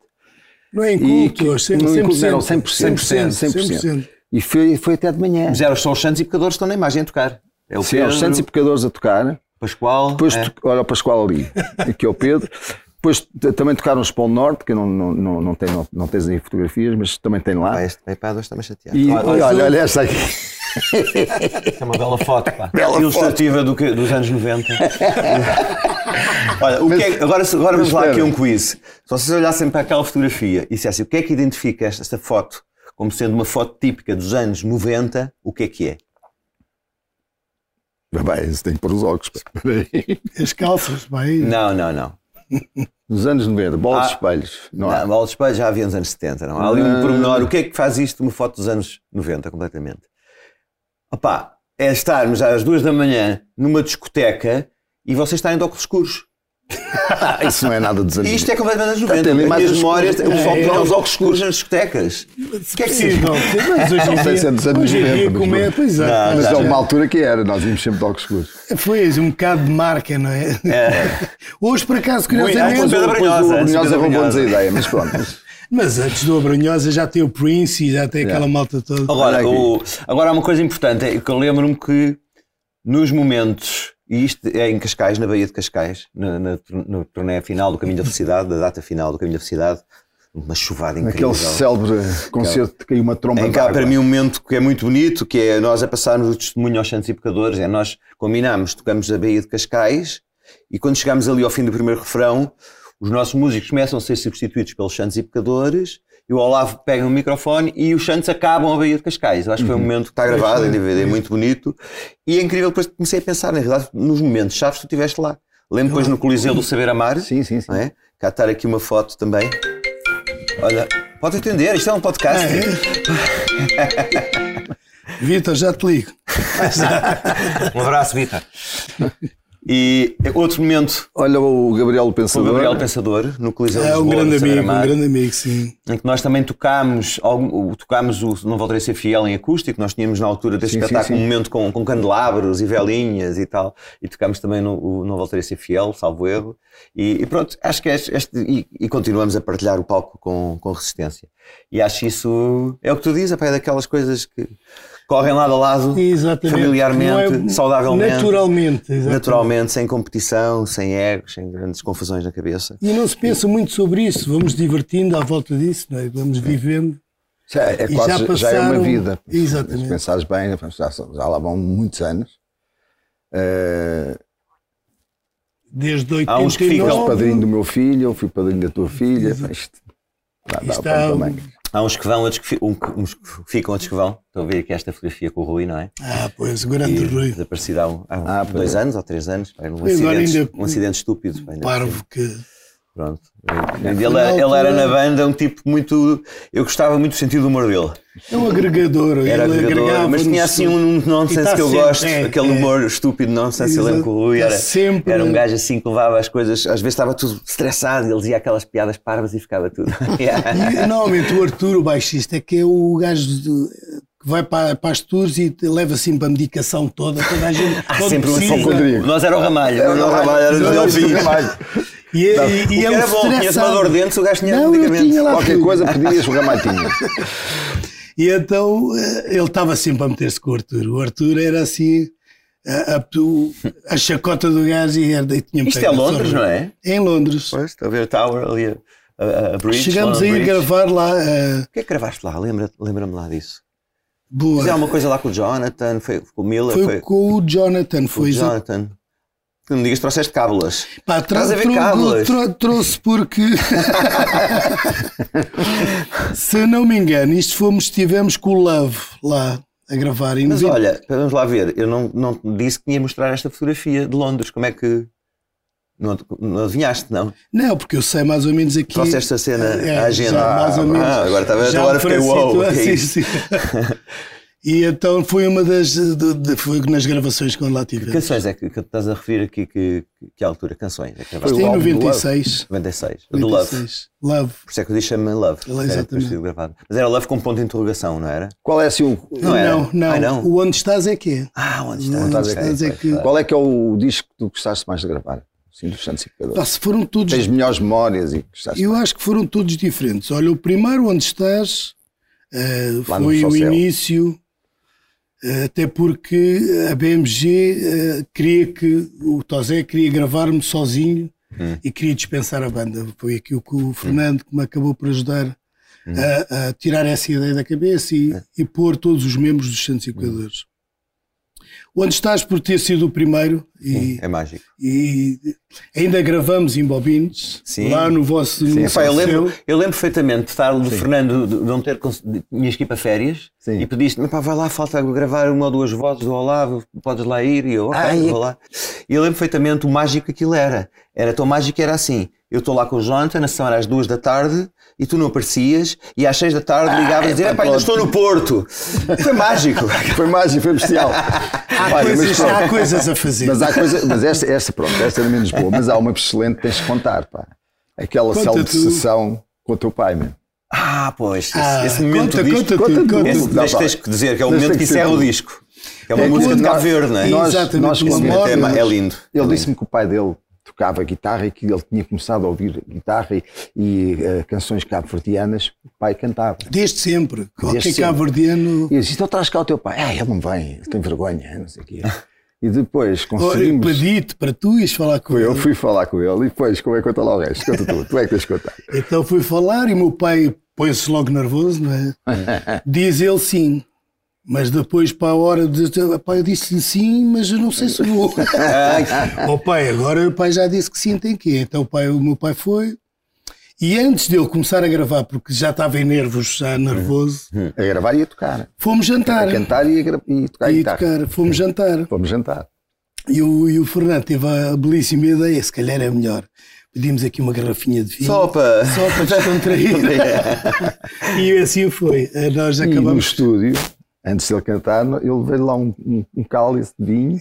B: Não é
C: E
B: inculto,
C: que-
B: hoje, sempre,
C: no
B: 100%,
C: Inculto eram 100%. 100%,
B: 100%.
C: E foi, foi até de manhã.
A: Mas eram só os Santos e Pecadores que estão na imagem a tocar. É o
C: Sim,
A: Pedro,
C: os Santos e Pecadores a tocar.
A: Pascoal.
C: Depois,
A: é.
C: to- olha o Pascoal ali, aqui é o Pedro. Depois t- também tocaram os Polo Norte, que eu não, não, não, não, tenho, não, não tens aí fotografias, mas também tem lá.
A: Pá, este iPad hoje está-me chateado.
C: E
A: Olha,
C: olha, olha, olha esta aqui.
A: Esta é uma bela foto, pá.
C: Bela
A: Ilustrativa do que- dos anos 90. Olha, o que é- agora, se- agora vamos lá
C: espera.
A: aqui a um quiz. Se vocês olhassem para aquela fotografia e dissessem o que é que identifica esta, esta foto como sendo uma foto típica dos anos 90, o que é que é?
C: Bem, isso tem que pôr os óculos. espera aí.
B: As calças, vai.
A: Não, não, não.
C: Nos anos 90, bola de
A: Ah.
C: espelhos. Não há.
A: não bola de espelho já havia nos anos 70, não? Há ali um
C: Ah.
A: pormenor. O que é que faz isto uma foto dos anos 90 completamente? Opá, é estarmos às duas da manhã numa discoteca e vocês estarem de óculos escuros.
C: Ah, isso não é nada dos anos
A: E isto é completamente anos
C: Até
A: 90.
C: ali
A: As
C: mais
A: minhas
C: os-
A: memórias, o pessoal
B: É,
A: põe
B: é.
A: os óculos escuros nas discotecas.
B: O que é que sim, não, mas
C: Não sei se
B: hoje
C: é
B: em
C: dos
B: dia,
C: anos
B: hoje em
C: 90,
B: dia
C: mas
B: como é,
C: não.
B: pois é.
A: Não,
C: Mas
A: já,
C: é
A: já.
C: uma altura que era, nós íamos sempre de óculos escuros.
B: Foi um bocado de marca, não é? Hoje, por acaso,
C: é
A: Muito,
B: curiosamente,
A: muito. Pedro
C: Depois
A: Brunhosa,
C: o Brunhosa
A: Pedro
C: roubou-nos a
A: Brunhosa.
C: ideia, mas pronto. mas-
B: mas antes do Abrunhosa já tem o Prince e já tem
A: É.
B: aquela malta toda.
A: Agora,
C: Olha aqui.
A: o- agora há uma coisa importante, é que eu lembro-me que nos momentos, e isto é em Cascais, na Baía de Cascais, na, na, na turnê final do Caminho da Felicidade, da data final do Caminho da Felicidade, uma chuvada incrível.
C: Aquele célebre concerto de caiu uma tromba
A: Em que há
C: d'água.
A: para mim um momento que é muito bonito, que é nós a passarmos o testemunho aos santos e pecadores, é nós combinámos, tocamos a Baía de Cascais e quando chegámos ali ao fim do primeiro refrão, os nossos músicos começam a ser substituídos pelos santos e pecadores e o Olavo pega o microfone e os santos acabam a Baía de Cascais. Eu acho que
C: Uhum.
A: foi um momento que está gravado em DVD, muito bonito e é incrível, depois comecei a pensar na realidade nos momentos chaves que tu estiveste lá. Lembro depois no Coliseu do Saber Amar,
C: Sim, sim, sim.
A: não é? Cá estar aqui uma foto também. Olha, pode atender, isto é um podcast. Oh.
B: Vitor, já te ligo.
A: Um abraço, Vitor. E outro momento
C: Olha o Gabriel
A: com o
C: Pensador.
A: Gabriel Pensador, no Coliseu de
B: É um
A: Lisboa,
B: grande
A: no São
B: amigo, um
A: Gramado,
B: grande amigo, sim.
A: em que nós também tocámos, algum- o- tocámos o Não Voltarei a Ser Fiel em acústico, nós tínhamos na altura desse
C: Sim, sim,
A: espetáculo
C: sim.
A: um momento com, com candelabros e velinhas e tal, e tocámos também no o Não Voltarei a Ser Fiel, salvo erro, e, e pronto, acho que este, este- e, e continuamos a partilhar o palco com, com resistência. E acho isso, é o que tu dizes, epá, é daquelas coisas que correm lado a lado,
B: Exatamente.
A: familiarmente,
B: Não é-
A: saudavelmente.
B: Naturalmente, exatamente.
A: Naturalmente, sem competição, sem egos, sem grandes confusões na cabeça.
B: E não se pensa muito sobre isso, vamos divertindo à volta disso, não é? vamos vivendo.
C: Já, é
B: E
C: quase,
B: já
C: já, é
B: passaram-
C: uma vida.
B: Exatamente.
C: Se pensares bem, já, são- já lá vão muitos anos. Eh,
B: Desde 89.
A: Há uns que ficam
C: tu
B: Então-
C: és padrinho do meu filho, eu fui padrinho da tua filha. Isto, dá, dá
B: Isto
C: para
B: há um-
C: também.
A: Há uns que vão, outros que, fi- um- uns que ficam, outros que vão. Estou a ver aqui esta fotografia com o Rui, não é?
B: Ah, pois, o grande Rui,
A: Desaparecido há, um- há
C: Ah, pois
A: dois
C: é.
A: anos ou três anos. Pá, Um
B: E agora
A: acidente,
B: ainda-
A: um acidente estúpido. pá, ainda-
B: parvo que.
A: Pronto. Ele, ele era na banda um tipo muito. Eu gostava muito do sentido do humor dele.
B: É um agregador,
A: Era
B: ele
A: agregador,
B: agregava.
A: mas tinha assim um
B: E
A: nonsense
B: tá
A: que eu
B: sempre,
A: gosto,
B: é,
A: aquele
B: é.
A: humor estúpido nonsense. Eu lembro que o Rui
B: Tá
A: era,
B: sempre-
A: era um gajo assim que levava as coisas, às vezes estava tudo estressado, ele dizia aquelas piadas parvas e ficava tudo. um-
B: E, normalmente o Arturo, o baixista, é que é o gajo de- que vai para, para as tours e te- leva sempre a medicação toda, toda a gente.
A: Há
B: quando
A: sempre um
B: precisa.
A: assim. Nós era o Ramalho,
C: Era o
A: não era o Ramalho, É um era o
C: Ramalho,
A: Delfim.
C: era o Ramalho.
B: E, e, e
A: O
B: é
A: que
B: um
A: era bom, tinha-se uma
B: estressado.
A: dor de dentes, o gajo tinha
B: Não, eu
A: medicamentos.
B: tinha lá
C: Qualquer
B: tudo.
C: coisa pedias o ramatinho.
B: E então eh, ele estava sempre a meter-se com o Arthur. O Arthur era assim, a, a, o- a chacota do gajo e era. E tinha
A: Isto é Londres, não é?
B: Em Londres.
A: Pois, estou a ver a Tower ali, a, a, a Bridge.
B: Chegamos a
A: London
B: ir
A: Bridge.
B: gravar lá. eh,
A: O que é que gravaste lá? Lembra- Lembra-me lá disso.
B: boa.
A: Fizeram é uma coisa lá com o Jonathan, foi com o Miller,
B: foi,
A: foi, com
B: com o Jonathan, foi
A: o
B: exa-
A: Jonathan. Tu me digas, trouxeste cábulas.
B: Pá, tra-
A: Estás a é ver
B: trou-
A: cábulas?
B: trou- trouxe porque. Se não me engano, isto fomos, estivemos com o Love lá a gravar. em
A: Mas
B: noventa-
A: olha, vamos lá ver, eu não, não te disse que ia mostrar esta fotografia de Londres, como é que. Não, não adivinhaste, não?
B: Não, porque eu sei mais ou menos aqui.
A: Trouxeste a cena
B: É,
A: à agenda.
B: já mais ou
A: Ah,
B: menos.
A: agora estava
B: Já
A: agora fiquei
B: ofereci
A: uou.
B: tudo
A: que é
B: assim,
A: isso?
B: sim. E então foi uma das. de- de- foi nas gravações quando lá
A: Que
B: tive.
A: canções é que, que estás a referir aqui? Que, que, que altura? Canções? É que gravaste?
B: Isto é
C: Foi
B: em
C: o álbum do
B: 96.
A: 96. Do Love.
B: 96. Love.
A: Por isso é que eu disse chama Love.
B: Ele é
A: era
B: exatamente.
A: depois de gravado. Mas era Love com ponto de interrogação, não era?
C: Qual é assim o.
A: Não era?
B: Não, não.
A: Ah, não?
B: O Onde Estás é que é.
A: Ah, onde está?
B: Não,
A: Onde
B: onde estás é
A: Ok,
B: que-
A: ok.
C: Qual é que é o disco que tu gostaste mais de gravar? Assim, dos Santos e Pedro.
B: Pá, se foram todos
C: Tens melhores memórias e gostaste.
B: Eu acho que foram todos diferentes. Olha, o primeiro onde estás eh,
C: Lá no
B: foi o
C: Sossel.
B: início, eh, até porque a BMG eh, queria que o Tosé queria gravar-me sozinho
C: Hum.
B: e queria dispensar a banda. Foi aquilo que o Fernando que me acabou por ajudar
C: Hum.
B: a, a tirar essa ideia da cabeça e,
C: É.
B: e pôr todos os membros dos Santos Equadores.
C: Hum.
B: Onde estás por ter sido o primeiro e,
A: É mágico.
B: e ainda gravamos em bobines
A: Sim.
B: lá no vosso no
A: Epá, eu,
B: seu-
A: lembro, eu lembro perfeitamente de estar do Fernando de de não ter cons- de- tinhas que ir para férias
C: Sim.
A: e pediste-me, pá, vai lá, falta gravar uma ou duas vozes do Olavo, podes lá ir e eu, ok,
C: Ai. é
A: vou lá. E eu lembro perfeitamente o mágico que aquilo era. Era tão mágico que era assim. Eu estou lá com o Jonathan, na sessão era às duas da tarde e tu não aparecias e às seis da tarde ligavas e dizia,
C: pá,
A: "Epá, ainda
C: Ah, pronto."
A: estou no Porto. Foi mágico.
C: Foi mágico, foi bestial.
B: Há,
C: Olha,
B: coisas,
C: pronto.
B: há coisas a fazer.
C: Mas há coisa, mas esta, esta, pronto, esta era menos boa, mas há uma excelente que tens de contar, pá. Aquela
B: Conta
C: célebre
B: tu.
C: sessão com o teu pai, meu.
A: Ah, pois, esse,
B: Ah,
A: esse momento do
B: conta,
A: disco.
B: conta,
C: Conta
B: tu,
C: tu.
B: conta.
A: Esse,
B: tu.
C: Dá,
A: tens,
C: pá.
A: tens que dizer que é o
C: Tens
A: momento
C: que
A: que
C: ser
A: encerra
C: tu.
A: o disco. Que é uma
C: É
A: música de
C: quando
A: Cabo
C: nós-
A: Verde, não é?
C: nós-
B: Exatamente,
C: nós
B: uma
A: Esse
C: recebemos-
A: momento é,
B: morna.
A: ma- é lindo.
C: Ele disse-me que o pai dele tocava guitarra e que ele tinha começado a ouvir guitarra e, e, eh, canções cabo-verdianas, o pai cantava.
B: Desde sempre. Qualquer
C: sempre.
B: cabo-verdiano.
C: E eu disse, então traz cá o teu pai. Ah, ele não vem, ele tem vergonha, não sei o quê. E depois
B: Olha,
C: conseguimos...
B: Pedi-te para tu ires falar com
C: Eu
B: ele.
C: fui falar com ele e depois, como é que conta lá o resto? Conta tu, tu é que tens de contar.
B: Então fui falar e o meu pai põe-se logo nervoso, não é? Diz ele sim. Mas depois, para a hora, diz, pai, eu disse sim, mas eu não sei se vou. o pai, agora o pai já disse que sim, tem que ir. Então o, pai, o meu pai foi. E antes dele começar a gravar, porque já estava em nervos, já nervoso,
C: A gravar e a tocar.
B: fomos jantar.
C: Hum, A cantar e a, gra- e a tocar
B: E
C: guitarra.
B: tocar, fomos jantar.
C: Vamos jantar.
B: E o, e o Fernando teve a belíssima ideia, se calhar é melhor. Pedimos aqui uma garrafinha de vinho.
A: Só para.
B: Só para descontrair. e assim foi. Eh, Nós
C: E no
B: acabamos.
C: estúdio, antes de ele cantar, ele veio lá um, um, um cálice de vinho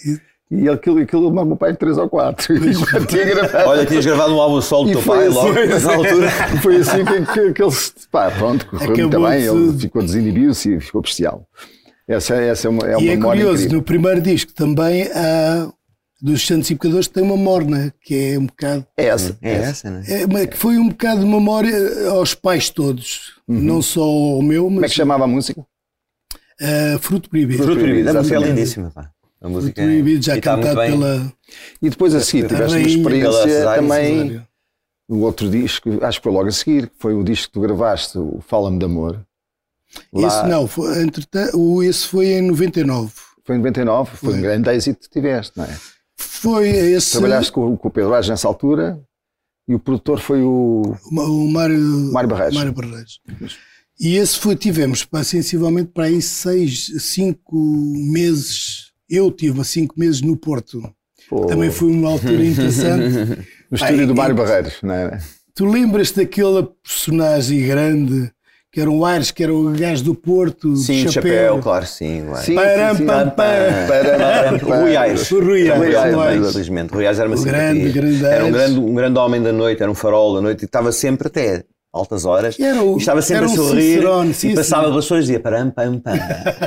C: E aquilo, aquilo o meu pai três ou quatro. E eu tinha gravado.
A: Olha, tinhas gravado um álbum solo do
C: E
A: teu
C: foi
A: pai
C: assim,
A: logo, na altura.
C: Foi assim que, que, que ele se. Pá, pronto, correu muito
B: Acabou
C: bem,
B: de-
C: ele ficou desinibiu-se e ficou bestial. Essa, essa é uma, é uma
B: E é
C: memória
B: curioso,
C: incrível.
B: no primeiro disco também há dos Santos e Pecadores tem uma morna, que é um bocado.
C: É essa.
A: É essa, né?
B: É, mas que foi um bocado de memória eh, aos pais todos, não só ao meu,
C: Uhum. Como é que
B: mas
C: chamava a música?
B: a Fruto Proibido.
A: Fruto Proibido, a música é
C: Exatamente.
A: lindíssima, pá. A música é-
B: Proibido, já
A: e tá muito
B: cantado
A: bem.
B: pela.
C: E depois a seguir tiveste uma
B: Rainha,
C: experiência
A: aquela
C: também. O outro disco, acho que foi logo a seguir, que foi o disco que tu gravaste, o Fala-me de Amor. Lá-
B: Esse não, foi, entretanto, o- esse foi em 99.
C: Foi em 99, foi um grande êxito que tiveste, não é?
B: Foi esse.
C: Trabalhaste com, com o Pedro Vaz nessa altura e o produtor foi o
B: O Ma- o Mário,
C: Mário Barreiros.
B: Mário Barreiros. E esse foi, tivemos pá, sensivelmente para aí seis, cinco meses. Eu tive cinco meses no Porto.
C: Pô.
B: Também foi uma
A: Oh.
B: altura interessante.
C: no estúdio do
B: e-
C: Mário Barreiros, não é?
B: tu lembras daquela personagem grande que era o Aires, que era o gajo do Porto,
A: Sim,
B: de
A: chapéu,
B: chapéu.
A: claro, sim. claro.
C: Sim,
B: Param,
C: sim, Ah, é. sim.
B: pam, pam.
C: Param, pam, pam.
A: Rui Aires.
B: O Rui Aires,
A: Rui
C: o
A: Aires,
C: Aires.
A: infelizmente. Rui Aires era uma
B: O
A: simpatia.
B: grande, grande
A: Era um
B: Aires.
A: grande, um grande homem da noite, era um farol da noite, e estava sempre até altas horas.
B: Era o-
A: e estava sempre
B: era
A: a
B: um
A: sorrir.
B: Cicerone,
A: e
B: sim,
A: passava
B: sim. É,
A: pelas pessoas e dizia param, pam, pam.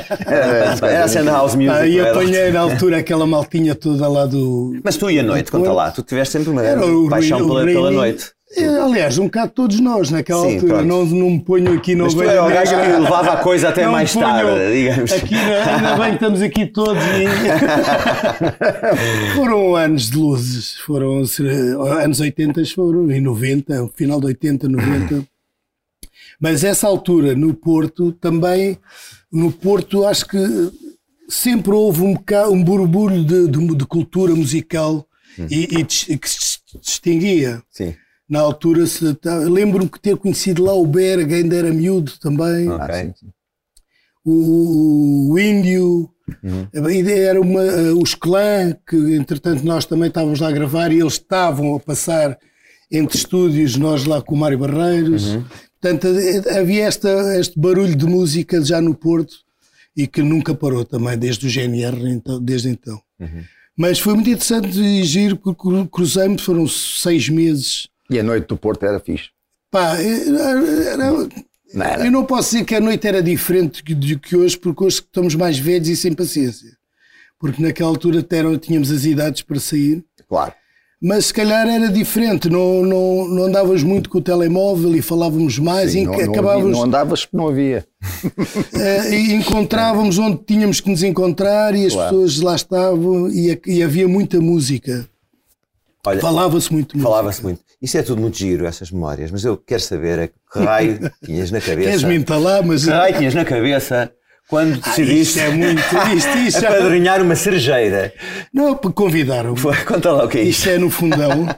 C: Era-
A: Era assim, a cena house music.
B: Pá, e
A: não era?
B: é. apanhei na altura aquela maltinha toda lá do.
A: Mas tu e a noite, conta lá, tu tiveste sempre uma
B: Era o
A: paixão
B: Rui- o
A: pela,
B: Rui-
A: pela noite.
B: Eh, Aliás, um bocado todos nós naquela
A: Sim,
B: altura.
A: pronto.
B: Não, não me ponho aqui, não
A: Mas tu
B: venho
A: era o
B: me
A: gajo que
B: agradar.
A: levava a coisa até
B: Não
A: mais
B: ponho
A: tarde, digamos.
B: Aqui na- ainda bem que estamos aqui todos. e- foram anos de luzes. Foram se- anos 80 foram, e 90, o final de 80, 90. Mas essa altura no Porto também, no Porto acho que sempre houve um, boca- um burbulho de, de- de cultura musical e, e dis- que se distinguia.
A: Sim.
B: Na altura, se- tá- lembro-me de ter conhecido lá o Berg, ainda era miúdo também,
A: Ok.
C: Ah, sim, sim.
B: o, o Índio, e era uma, eh, os Clã, que entretanto nós também estávamos lá a gravar e eles estavam a passar entre estúdios, nós lá com o Mário Barreiros. Portanto, eh, havia esta, este barulho de música já no Porto e que nunca parou também, desde o GNR, então, desde então. Mas foi muito interessante e giro, porque cru- cruzei-me, foram seis meses.
C: E a noite do Porto era fixe.
B: Pá, eh, era- era-
C: Não era?
B: eu não posso dizer que a noite era diferente que- do que hoje, porque hoje estamos mais velhos e sem paciência. Porque naquela altura até eram- tínhamos as idades para sair,
C: Claro.
B: mas se calhar era diferente, não, não, não andávamos muito com o telemóvel e falávamos mais
C: Sim,
B: e
C: não,
B: enca-
C: não
B: acabávamos,
C: havia- não andavas porque não havia.
B: eh, e encontrávamos onde tínhamos que nos encontrar e as
C: Claro.
B: pessoas lá estavam e, a- e havia muita música.
A: Olha,
B: Falava-se muito de música.
A: Falava-se muito. Isso é tudo muito giro, essas memórias, mas eu quero saber é que raio tinhas na cabeça.
B: Queres-me entalar, mas
A: que raio tinhas na cabeça quando
B: Ah, isto
A: decidiste
B: é muito, isto, isto já-
A: apadrinhar uma cerejeira?
B: Não, porque convidaram
A: Foi- Conta lá o que é isto.
B: Isto é no fundão.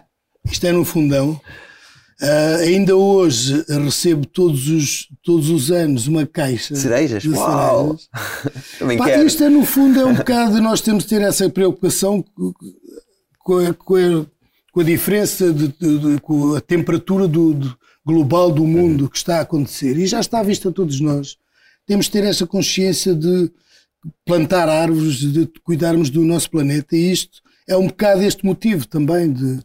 B: Isto é no fundão. Ah, ainda hoje recebo todos os, todos os anos uma caixa
A: Cerejas?
B: de
A: Uau!
B: cerejas.
A: Também
B: Pá,
A: quero.
B: isto é no fundo é um bocado, nós temos de ter essa preocupação co- com a, com a- com a diferença, de, de- de- com a temperatura do, do- global do mundo que está a acontecer. E já está à vista a todos nós. Temos de ter essa consciência de plantar árvores, de cuidarmos do nosso planeta. E isto é um bocado este motivo também de...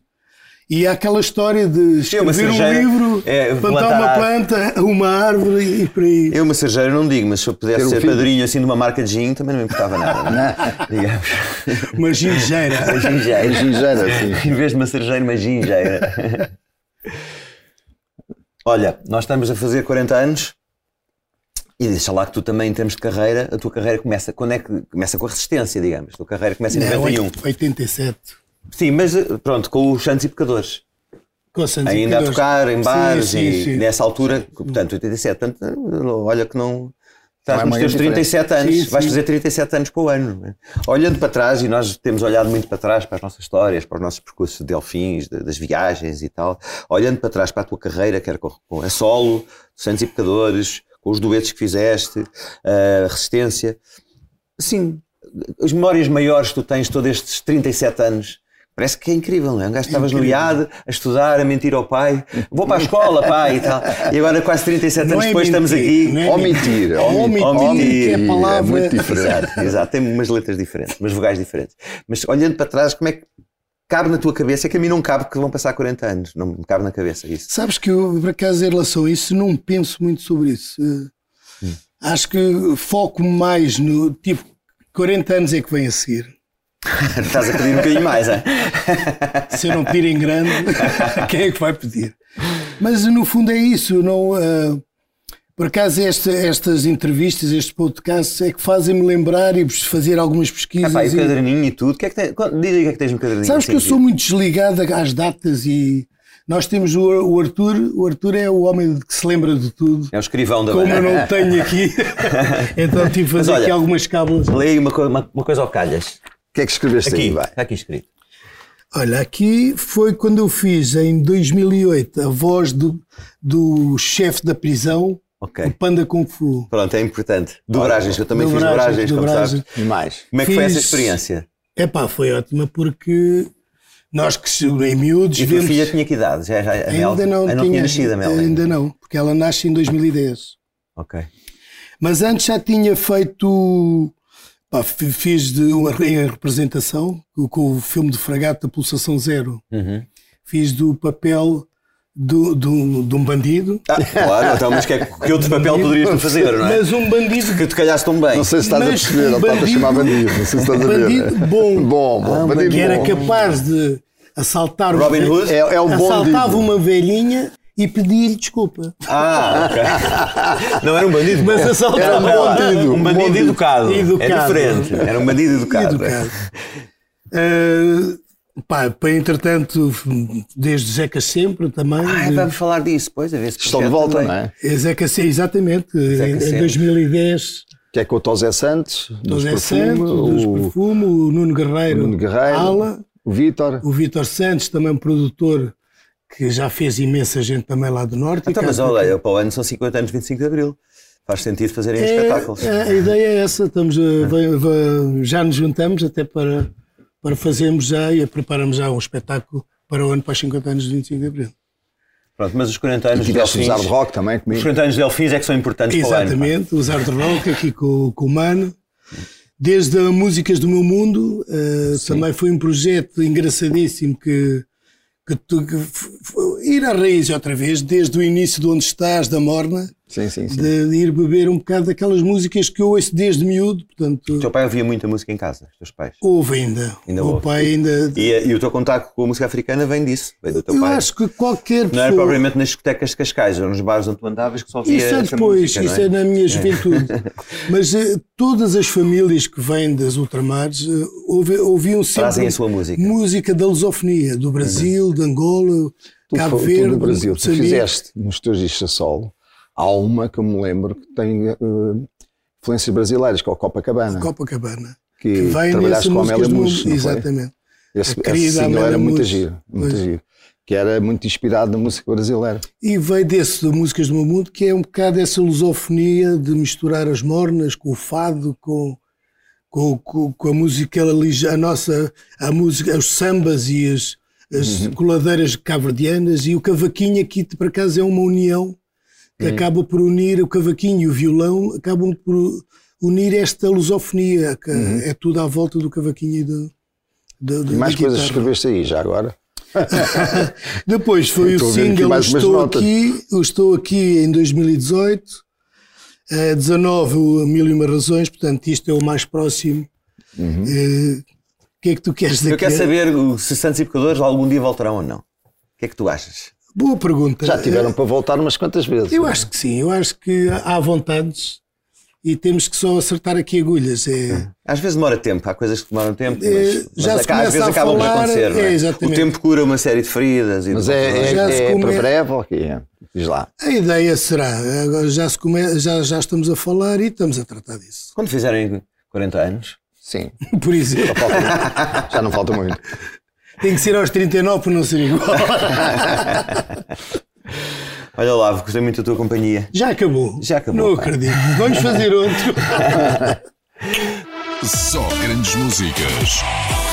B: E há aquela história de
A: Sim, uma
B: escrever um
A: cerejeira,
B: livro,
A: é, plantar
B: plantar uma planta, uma árvore e por aí.
A: Eu uma cerejeira não digo, mas se eu pudesse
C: Ter um
A: ser
C: filho.
A: padrinho assim de uma marca de gin também não me importava nada. não é? Digamos.
B: Uma gingeira.
A: Uma gingeira.
C: Gingeira, É sim.
A: assim, Em vez de uma cerejeira, uma gingeira. é. Olha, nós estamos a fazer 40 anos e deixa lá que tu também, em termos de carreira, a tua carreira começa, quando é que, começa com a resistência, digamos. A tua carreira começa em
B: Não, é
A: 91.
B: 87.
A: Sim, mas eh, pronto, com os Santos e Pecadores.
B: Com Santos e
A: Ainda a
B: Pecadores.
A: tocar em
B: Sim,
A: bares
B: sim,
A: e
B: sim.
A: nessa altura, portanto, 87. Portanto, olha que não. Estás
C: Não é
A: nos
C: uma
A: teus
C: grande
A: 37 anos,
B: Sim, sim.
A: vais fazer 37 anos para o ano. não é? Olhando para trás, e nós temos olhado muito para trás, para as nossas histórias, para os nossos percursos de delfins, de- das viagens e tal. Olhando para trás, para a tua carreira, quer com, com a solo, Santos e Pecadores, com os duetos que fizeste, a Resistência. Assim, as memórias maiores que tu tens de todos estes 37 anos Parece que é incrível, não é? Um gajo que estavas no IAD a estudar, a mentir ao pai, vou para a escola, pai, e tal. E agora, quase 37
B: Não
A: anos
B: é
A: depois, estamos
B: mentir,
A: aqui.
B: não é
C: Omitir.
B: Omitir, que é a palavra-
C: muito diferente.
A: Exato, exato. Tem umas letras diferentes, umas vogais diferentes. Mas olhando para trás, como é que cabe na tua cabeça? É que a mim não cabe que vão passar 40 anos. Não me cabe na cabeça isso.
B: Sabes que eu, por acaso, em relação a isso, não penso muito sobre isso. Eh,
A: Hum.
B: Acho que foco mais no tipo 40 anos é que vem a seguir.
A: Estás a pedir um bocadinho mais, é?
B: Se eu não pedir em grande, quem é que vai pedir? Mas no fundo é isso. Não, ah, por acaso, esta- estas entrevistas, estes podcasts, é que fazem-me lembrar e fazer algumas pesquisas.
A: Epá, e o
B: e-
A: caderninho e tudo. O Que é que tem... Diz aí o que é que tens no caderninho.
B: Sabes que eu
A: assim,
B: sou muito desligado às datas e nós temos o, o Arthur. O Arthur é o homem que se lembra de tudo.
A: É o escrivão da
B: Como eu
A: banda.
B: não o tenho aqui, então tive
A: Mas
B: de fazer
A: olha-
B: aqui algumas cábulas.
A: Leia uma, co- uma- uma coisa ao calhas.
C: O que é que escreveste
A: Aqui,
C: aí? Vai.
A: está aqui escrito.
B: Olha, aqui foi quando eu fiz em 2008 a voz do, do chefe da prisão,
A: Ok.
B: o Panda Kung Fu.
A: Pronto, é importante. Dobragens, que eu também
B: Dobragens,
A: fiz dobragens, como
B: dobragens.
A: sabes.
C: E mais.
A: Como é que foi essa
B: Fiz-
A: experiência?
B: Epá, foi ótima porque nós que se- em miúdos
A: E a tua
B: vemos...
A: filha tinha que idade? Já, já, a Mel-
B: ainda não,
A: ainda
B: tinha,
A: nascido a Mel.
B: Ainda não, porque ela nasce em 2010.
A: Ok.
B: Mas antes já tinha feito. pá, fi- fiz de uma re- representação com- com o filme de Fragata Pulsação Zero.
A: Uhum.
B: Fiz do papel do, do- de um bandido.
A: Ah, claro, então, mas que, é, que outro papel poderias tu fazer, não é?
B: Mas um bandido.
A: Que tu calhaste tão bem.
C: Não sei se estás a
B: Mas
C: perceber, ele estava a
B: bandido-
C: chamar bandido. Não sei se estás a ver.
B: Bandido bom. Ah,
C: Bom, bom. bandido
B: que era
C: bom.
B: capaz de assaltar uma
A: Robin
B: ve-
A: Hood? um
C: É, é o bom
B: assaltava
C: bandido.
B: uma velhinha e pedia-lhe desculpa.
A: Ah, ok. Não era um bandido.
B: Mas
A: bom.
B: assaltava
A: Era um
B: um
A: bandido.
C: bandido.
A: Um bandido
C: Bandido.
A: educado.
B: Educado.
A: É diferente. Era um bandido educado.
B: Educado. Ah, pá, pá, entretanto, desde Zeca sempre também.
A: Ah,
B: de-
A: vamos falar disso depois, a ver se
C: Estão de volta, não é?
B: É Zeca Sem, exatamente. em,
A: Sem.
B: em 2010,
C: Que é com o Tosé Santos, dos
B: José
C: Perfume,
B: Santos, dos
C: o
B: Perfume, o Nuno Guerreiro,
C: Nuno Guerreiro,
B: Ala,
C: o Vítor.
B: o Vítor Santos, também um produtor que já fez imensa gente também lá do Norte.
A: Então,
B: E cá-
A: mas olha, para o ano são 50 anos, 25 de Abril. Faz sentido fazerem
B: É,
A: espetáculos.
B: é, a ideia é essa, estamos a- vai- vai- já nos juntamos até para, para fazermos já e preparamos já um espetáculo para o ano para os 50 anos de 25 de Abril.
A: Pronto, mas os 40 anos de
C: Tiveste os Hard
A: Delfins.
C: Rock também
A: Os
C: comigo.
A: 40 anos de Delfins é que são importantes para o ano.
B: Exatamente, os Hard Rock aqui com, com o Mano. Desde a Músicas do Meu Mundo, eh, também foi um projeto engraçadíssimo que, que, tu, que f- f- ir à raiz outra vez, desde o início de onde estás, da Morna,
C: Sim, sim, sim.
B: de, de ir beber um bocado daquelas músicas que eu ouço desde miúdo,
A: O
B: portanto,
A: teu pai ouvia muita música em casa, os teus pais.
B: ouve ainda.
A: Então, Ainda
B: o
A: ouve.
B: pai ainda.
A: E, e o teu contacto com a música africana vem disso, vem do teu
B: Eu
A: pai.
B: acho que qualquer
A: Não era
B: pessoa-
A: propriamente nas discotecas de Cascais, ou nos bares onde tu andavas que só via
B: Isso é
A: essa
B: depois,
A: música, não
B: isso é? na minha juventude. Mas eh, todas as famílias que vêm das ultramares eh, ouve- ouviam sempre
A: Trazem a sua música.
B: da lusofonia, do Brasil, de Angola,
C: Uhum. Tu,
B: Cabo
C: tu
B: Verde,
C: no Brasil, tu
B: Moçambique.
C: fizeste nos teus discos a solo, há uma que eu me lembro que tem eh, influências brasileiras, que é o Copacabana.
B: Copacabana.
C: que
B: vem nessa
C: trabalhaste com a
B: músicas
C: Amélia
B: do
C: Musso,
B: mundo.
C: não foi?
B: Exatamente.
C: Esse,
B: A querida
C: esse single
B: Amélia
C: era muito
B: Musso.
C: giro, muito
B: Pois.
C: giro. Que era muito inspirado na música brasileira.
B: E veio desse do Músicas do Meu Mundo, que é um bocado essa lusofonia de misturar as mornas com o fado, com, com, com- com a música, lige- a nossa, a música, os sambas e as, as
C: Uhum.
B: coladeiras caverdianas e o cavaquinho aqui, por acaso, é uma união que
C: Uhum.
B: acaba por unir o cavaquinho e o violão, acabam por unir esta lusofonia, que é tudo à volta do cavaquinho e do, do, do
C: Uhum. E mais
B: da
C: coisas que
B: guitarra.
C: escreveste aí já agora.
B: Depois foi
C: Estou
B: o
C: a ver aqui
B: single
C: mais umas
B: Estou
C: notas.
B: Aqui, o Estou Aqui em 2018, eh, 19 o Mil e Uma Razões, portanto isto é o mais próximo.
C: Uhum.
B: Eh, o que é que tu queres daqui?
A: Eu quero saber o- se Santos e Pecadores algum dia voltarão ou não. O que é que tu achas?
B: Boa pergunta. Eh,
C: Já tiveram para voltar umas quantas vezes. é?
B: Eu acho que sim, eu acho que há vontades e temos que só acertar aqui agulhas.
C: Uhum.
B: É,
A: Às vezes demora tempo, há coisas que demoram tempo, mas,
B: Eh,
A: mas
B: já se
A: aca- às
B: começa
A: vezes
B: a
A: acabam por
B: falar,
A: acontecer. não
B: é,
A: é? o
B: exatamente.
A: tempo cura uma série de feridas. E
C: Mas
A: de
C: é,
A: confusões.
B: Já se
C: é, é
B: come-
C: para breve ou quê? é? Diz lá.
B: A ideia será, agora já, se come- já, já estamos a falar e estamos a tratar disso.
A: Quando fizerem 40 anos,
C: Sim. um
B: Por exemplo,
C: Já não falta um muito.
B: tem que ser aos 39 para não ser igual.
A: olha lá, gostei muito da tua companhia.
B: Já acabou.
A: Já acabou,
B: Não
A: pá.
B: acredito. Vamos fazer outro.
D: Só grandes músicas.